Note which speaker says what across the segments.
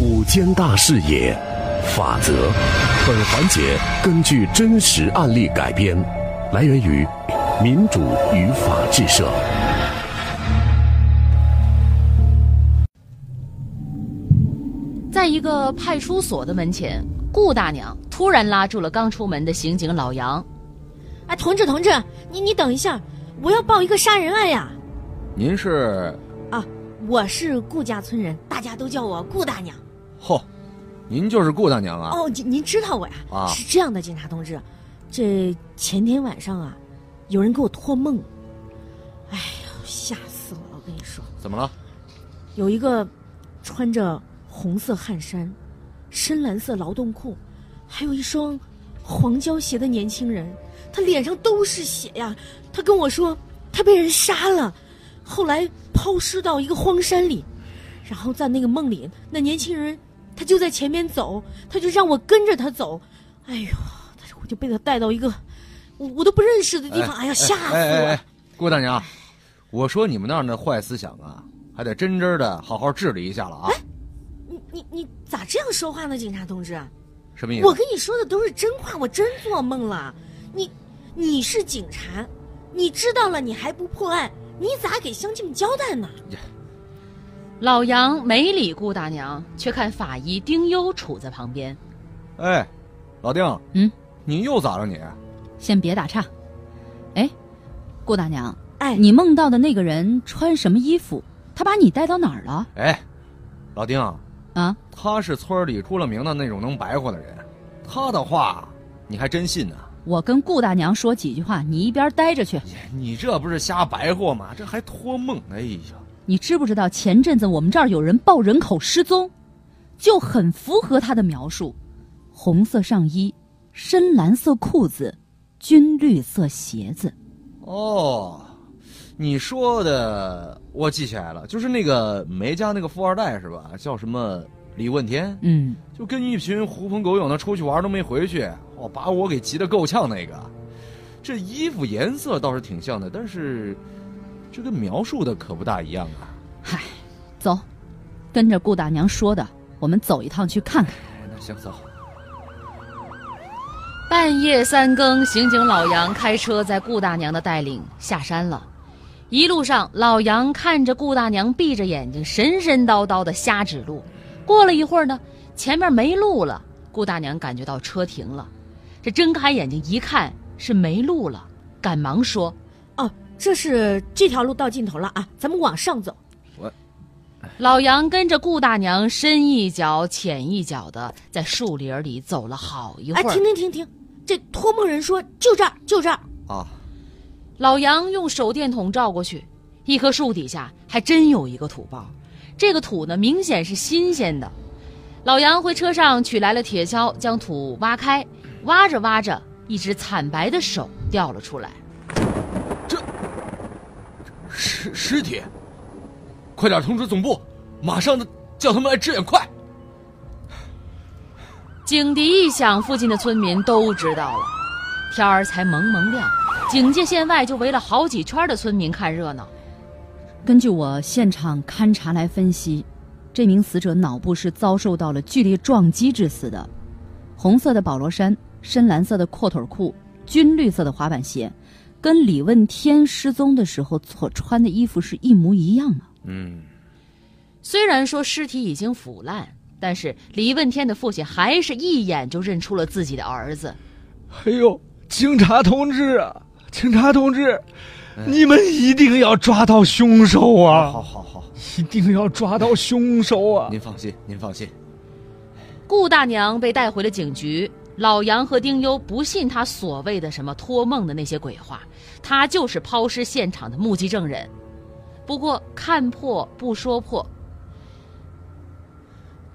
Speaker 1: 五间大视野法则，本环节根据真实案例改编，来源于民主与法制社。
Speaker 2: 在一个派出所的门前，顾大娘突然拉住了刚出门的刑警老杨。
Speaker 3: 哎，同志同志，你你等一下，我要报一个杀人案呀！
Speaker 4: 您是？
Speaker 3: 啊，我是顾家村人，大家都叫我顾大娘。
Speaker 4: 嚯、您就是顾大娘啊？
Speaker 3: 哦，您您知道我呀？
Speaker 4: 啊
Speaker 3: 是这样的，警察同志，这前天晚上啊，有人给我托梦，哎呀，吓死我了！我跟你说，
Speaker 4: 怎么了？
Speaker 3: 有一个穿着红色汗衫、深蓝色劳动裤，还有一双黄胶鞋的年轻人，他脸上都是血呀。他跟我说，他被人杀了，后来抛尸到一个荒山里。然后在那个梦里，那年轻人他就在前面走，他就让我跟着他走。哎呦，但是我就被他带到一个我我都不认识的地方，哎呀，吓死我了！
Speaker 4: 哎哎哎！顾大娘，我说你们那儿那坏思想啊，还得真真的好好治理一下了啊！
Speaker 3: 哎你你你咋这样说话呢，警察同志？
Speaker 4: 什么意思？
Speaker 3: 我跟你说的都是真话，我真做梦了。你你是警察，你知道了你还不破案，你咋给乡亲们交代呢？
Speaker 2: 老杨没理顾大娘，却看法医丁忧杵在旁边。
Speaker 4: 哎，老丁，
Speaker 5: 嗯，
Speaker 4: 你又咋了你？
Speaker 5: 先别打岔。哎，顾大娘，
Speaker 3: 哎，
Speaker 5: 你梦到的那个人穿什么衣服？他把你带到哪儿了？
Speaker 4: 哎，老丁，
Speaker 5: 啊，
Speaker 4: 他是村里出了名的那种能白活的人，他的话你还真信呢、
Speaker 5: 我跟顾大娘说几句话，你一边待着去。
Speaker 4: 你这不是瞎白活吗？这还托梦！哎呀，
Speaker 5: 你知不知道前阵子我们这儿有人报人口失踪，就很符合他的描述：红色上衣，深蓝色裤子，军绿色鞋子。
Speaker 4: 哦，你说的我记起来了，就是那个梅家那个富二代是吧？叫什么李问天？
Speaker 5: 嗯，
Speaker 4: 就跟一群狐朋狗友呢出去玩都没回去，哦，把我给急得够呛。那个，这衣服颜色倒是挺像的，但是这跟描述的可不大一样啊。
Speaker 5: 走，跟着顾大娘说的，我们走一趟去看看。
Speaker 4: 哎，那行走。
Speaker 2: 半夜三更，刑警老杨开车在顾大娘的带领下山了。一路上，老杨看着顾大娘闭着眼睛，神神叨叨的瞎指路。过了一会儿呢，前面没路了，顾大娘感觉到车停了，这睁开眼睛一看是没路了，赶忙说
Speaker 3: 哦，这是这条路到尽头了啊，咱们往上走。：“
Speaker 2: 老杨跟着顾大娘深一脚浅一脚的在树林里走了好一
Speaker 3: 哎，
Speaker 2: 会儿
Speaker 3: 停。停停停，这托梦人说就这儿，就这儿。
Speaker 4: 啊，
Speaker 2: 老杨用手电筒照过去，一棵树底下还真有一个土包，这个土呢明显是新鲜的。老杨回车上取来了铁锹，将土挖开，挖着挖着，一只惨白的手掉了出来。
Speaker 4: 尸尸体，快点通知总部，马上叫他们来支援，快！
Speaker 2: 警笛一响，附近的村民都知道了。天儿才蒙蒙亮，警戒线外就围了好几圈的村民看热闹。
Speaker 5: 根据我现场勘查来分析，这名死者脑部是遭受到了剧烈撞击致死的。红色的保罗衫，深蓝色的阔腿裤，军绿色的滑板鞋，跟李问天失踪的时候所穿的衣服是一模一样啊。
Speaker 4: 嗯，
Speaker 2: 虽然说尸体已经腐烂，但是黎问天的父亲还是一眼就认出了自己的儿子。
Speaker 6: 哎呦，警察同志啊，警察同志，你们一定要抓到凶手
Speaker 4: 哎好
Speaker 6: 啊！
Speaker 4: 好好好，
Speaker 6: 一定要抓到凶手啊！
Speaker 4: 您放心，您放心。
Speaker 2: 顾大娘被带回了警局，老杨和丁忧不信他所谓的什么托梦的那些鬼话，他就是抛尸现场的目击证人。不过看破不说破，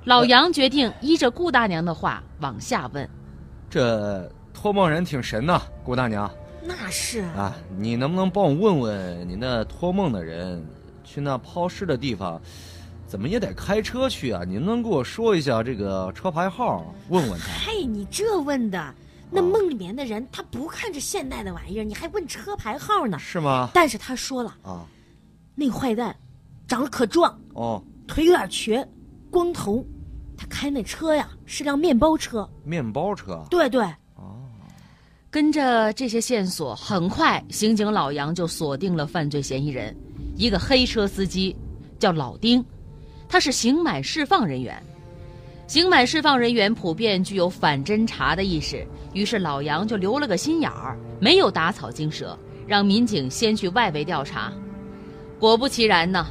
Speaker 2: 老杨决定依着顾大娘的话往下问。
Speaker 4: 这托梦人挺神呐、顾大娘
Speaker 3: 那是啊，
Speaker 4: 啊，你能不能帮我问问你那托梦的人去那抛尸的地方，怎么也得开车去啊？您能给我说一下这个车牌号，问问
Speaker 2: 啊
Speaker 4: 他。
Speaker 3: 嘿，你这问的，那梦里面的人他不看这现代的玩意儿，你还问车牌号呢？
Speaker 4: 是吗？
Speaker 3: 但是他说了，
Speaker 4: 啊，
Speaker 3: 那个坏蛋长得可壮，
Speaker 4: 哦，
Speaker 3: 腿有点瘸，光头，他开那车呀是辆面包车，
Speaker 4: 面包车
Speaker 3: 对哎对，
Speaker 4: 哦，
Speaker 2: 跟着这些线索，很快刑警老杨就锁定了犯罪嫌疑人，一个黑车司机，叫老丁，他是刑满释放人员。刑满释放人员普遍具有反侦查的意识，于是老杨就留了个心眼儿，没有打草惊蛇，让民警先去外围调查。果不其然呢，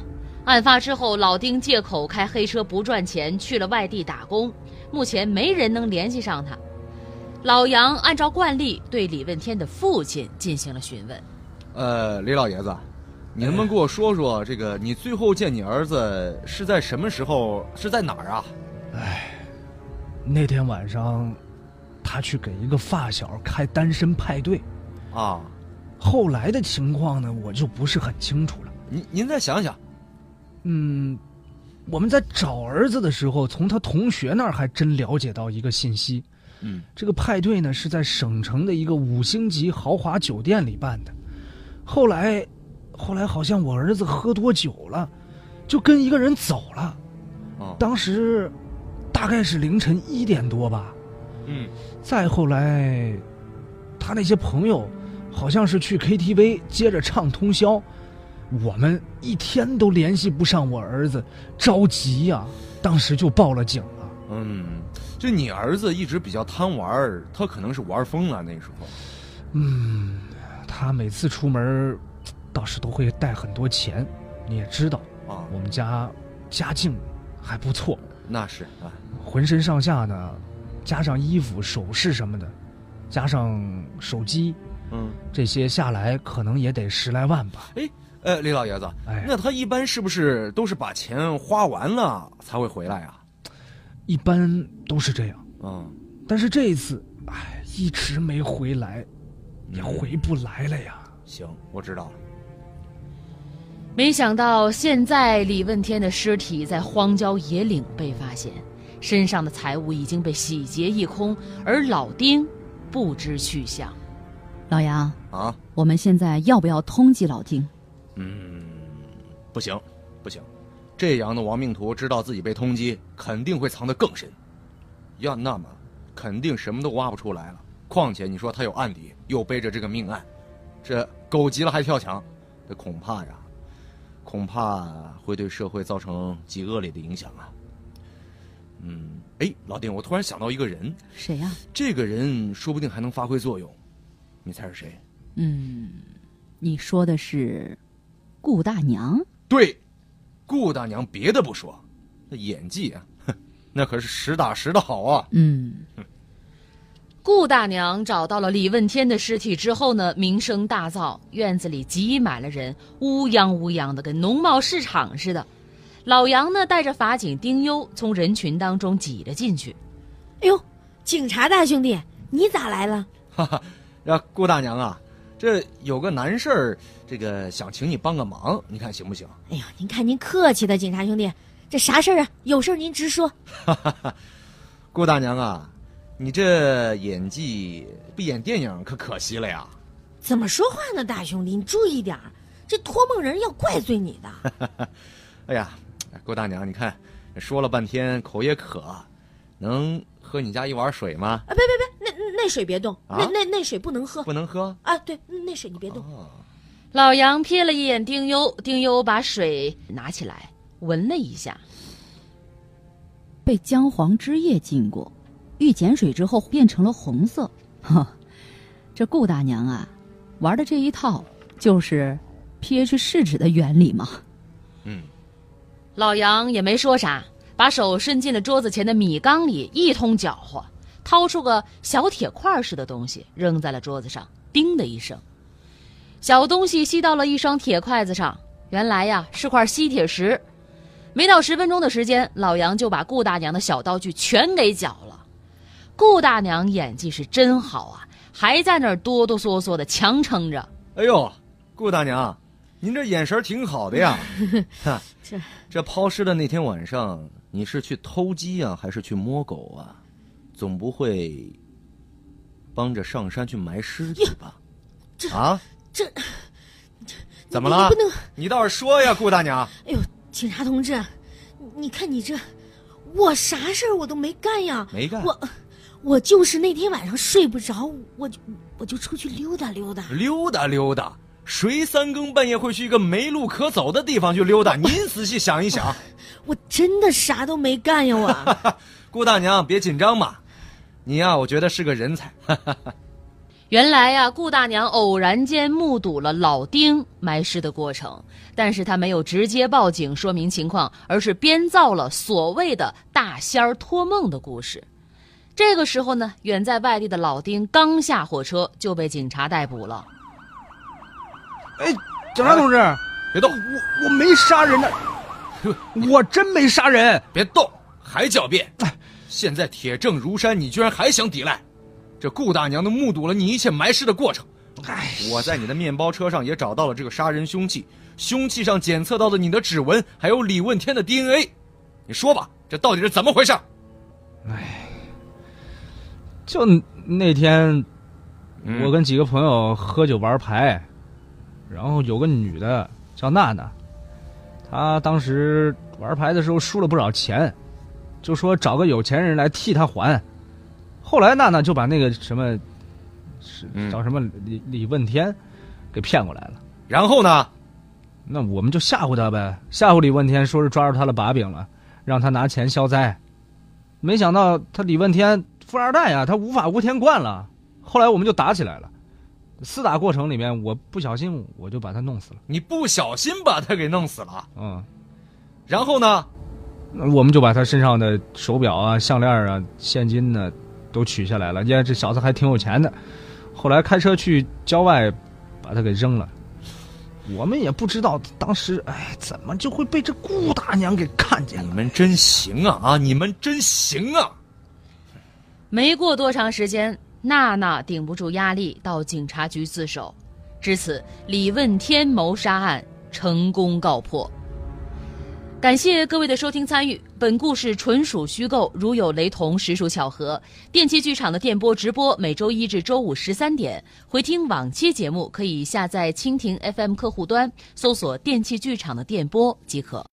Speaker 2: 案发之后，老丁借口开黑车不赚钱，去了外地打工，目前没人能联系上他。老杨按照惯例对李问天的父亲进行了询问。
Speaker 4: 呃，李老爷子，你能不能给我说说这个？你最后见你儿子是在什么时候？是在哪儿啊？
Speaker 6: 那天晚上，他去给一个发小开单身派对，
Speaker 4: 啊，
Speaker 6: 后来的情况呢，我就不是很清楚了。
Speaker 4: 您您再想想，
Speaker 6: 嗯，我们在找儿子的时候，从他同学那儿还真了解到一个信息。
Speaker 4: 嗯，
Speaker 6: 这个派对呢是在省城的一个五星级豪华酒店里办的。后来，后来好像我儿子喝多酒了，就跟一个人走了。
Speaker 4: 哦，
Speaker 6: 当时大概是凌晨一点多吧。
Speaker 4: 嗯，
Speaker 6: 再后来，他那些朋友好像是去 KTV 接着唱通宵，我们一天都联系不上我儿子，着急呀、当时就报了警了。
Speaker 4: 嗯，就你儿子一直比较贪玩儿，他可能是玩疯了那时候。
Speaker 6: 嗯，他每次出门儿倒是都会带很多钱，你也知道，
Speaker 4: 啊，
Speaker 6: 我们家家境还不错，
Speaker 4: 那是啊，
Speaker 6: 浑身上下呢，加上衣服、首饰什么的，加上手机
Speaker 4: 嗯，
Speaker 6: 这些下来，可能也得十来万吧。
Speaker 4: 呃，李老爷子，
Speaker 6: 哎，
Speaker 4: 那他一般是不是都是把钱花完了才会回来啊？
Speaker 6: 一般都是这样。
Speaker 4: 嗯，
Speaker 6: 但是这一次，哎，一直没回来，也
Speaker 4: 嗯
Speaker 6: 回不来了呀。
Speaker 4: 行，我知道了。
Speaker 2: 没想到现在李问天的尸体在荒郊野岭被发现，身上的财物已经被洗劫一空，而老丁不知去向。
Speaker 5: 老杨，
Speaker 4: 啊，
Speaker 5: 我们现在要不要通缉老丁？
Speaker 4: 嗯不行，不行，这样的亡命徒知道自己被通缉，肯定会藏得更深。要那么，肯定什么都挖不出来了。况且你说他有案底，又背着这个命案，这狗急了还跳墙，这恐怕呀，恐怕会对社会造成极恶劣的影响啊。嗯，哎，老丁，我突然想到一个人，
Speaker 5: 谁呀、
Speaker 4: 这个人说不定还能发挥作用，你猜是谁？
Speaker 5: 嗯，你说的是顾大娘？
Speaker 4: 对，顾大娘别的不说，那演技啊， 哼那可是实打实的好啊。
Speaker 5: 嗯，
Speaker 2: 顾大娘找到了李问天的尸体之后呢，名声大噪，院子里挤满了人，乌泱乌泱的，跟农贸市场似的。老杨呢，带着法警丁忧从人群当中挤了进去。
Speaker 3: 哎呦，警察大兄弟，你咋来了？
Speaker 4: 啊，顾大娘啊，这有个难事儿，这个想请你帮个忙，你看行不行？
Speaker 3: 哎呦，您看您客气的，警察兄弟，这啥事儿啊？有事儿您直说。
Speaker 4: 顾大娘啊，你这演技不演电影可可惜了呀。
Speaker 3: 怎么说话呢，大兄弟，你注意点儿，这托梦人要怪罪你的。啊
Speaker 4: 哎呀，顾大娘，你看说了半天口也渴，能喝你家一碗水吗？
Speaker 3: 那那水别动，
Speaker 4: 啊
Speaker 3: 那那那水不能喝
Speaker 4: 不能啊喝。哦
Speaker 3: 啊！对，那水你别动。
Speaker 2: 老杨瞥了一眼丁忧，丁忧把水拿起来闻了一下，
Speaker 5: 被姜黄汁液浸过，遇碱水之后变成了红色。 呵，这顾大娘啊，玩的这一套就是 pH 试纸的原理嘛。
Speaker 4: 嗯，
Speaker 2: 老杨也没说啥，把手伸进了桌子前的米缸里，一通搅和，掏出个小铁块似的东西，扔在了桌子上，叮的一声，小东西吸到了一双铁筷子上。原来呀，是块吸铁石。没到十分钟的时间，老杨就把顾大娘的小道具全给搅了。顾大娘演技是真好啊，还在那儿哆哆嗦嗦的强撑着。
Speaker 4: 哎呦，顾大娘，您这眼神儿挺好的 呀。哈
Speaker 3: 这
Speaker 4: 这抛尸的那天晚上，你是去偷鸡啊，还是去摸狗啊？总不会帮着上山去埋尸体吧？啊，
Speaker 3: 这
Speaker 4: 怎么了
Speaker 3: 你？不能，
Speaker 4: 你倒是说呀，顾大娘。
Speaker 3: 啊哎呦，警察同志，你你看你这我啥事儿我都没干呀，
Speaker 4: 没干。
Speaker 3: 我我就是那天晚上睡不着，我就我就出去溜达溜达。
Speaker 4: 溜达溜达，谁三更半夜会去一个没路可走的地方去溜达？您仔细想一想，
Speaker 3: 我真的啥都没干呀，我
Speaker 4: 顾大娘别紧张嘛，你呀、我觉得是个人才。
Speaker 2: 原来呀、顾大娘偶然间目睹了老丁埋尸的过程，但是她没有直接报警说明情况，而是编造了所谓的大仙儿托梦的故事。这个时候呢，远在外地的老丁刚下火车就被警察逮捕了。
Speaker 6: 哎，警察同志，
Speaker 4: 别动，
Speaker 6: 我我没杀人呢， 我真没杀人。
Speaker 4: 别动，还狡辩！现在铁证如山，你居然还想抵赖？这顾大娘都目睹了你一切埋尸的过程。
Speaker 6: 哎，
Speaker 4: 我在你的面包车上也找到了这个杀人凶器，凶器上检测到的你的指纹，还有李问天的 DNA。你说吧，这到底是怎么回事？
Speaker 6: 就那天
Speaker 4: 嗯
Speaker 6: 我跟几个朋友喝酒玩牌，然后有个女的叫娜娜，她当时玩牌的时候输了不少钱，就说找个有钱人来替她还。后来娜娜就把那个什么，是
Speaker 4: 嗯
Speaker 6: 找什么李李问天给骗过来了。
Speaker 4: 然后呢？
Speaker 6: 那我们就吓唬他呗，吓唬李问天，说是抓住他的把柄了，让他拿钱消灾。没想到他李问天富二代啊，他无法无天惯了。后来我们就打起来了，厮打过程里面，我不小心我就把他弄死了。
Speaker 4: 你不小心把他给弄死了。
Speaker 6: 嗯，
Speaker 4: 然后呢？
Speaker 6: 那我们就把他身上的手表啊、项链啊、现金呢、都取下来了，因为这小子还挺有钱的。后来开车去郊外，把他给扔了。我们也不知道当时，哎，怎么就会被这顾大娘给看见
Speaker 4: 你
Speaker 6: 了？
Speaker 4: 们真行啊啊！你们真行啊！
Speaker 2: 没过多长时间，娜娜顶不住压力到警察局自首。至此，李问天谋杀案成功告破。感谢各位的收听参与，本故事纯属虚构，如有雷同，实属巧合。电器剧场的电波直播每周一至周五十三点，回听往期节目可以下载蜻蜓 FM 客户端，搜索“电器剧场”的电波即可。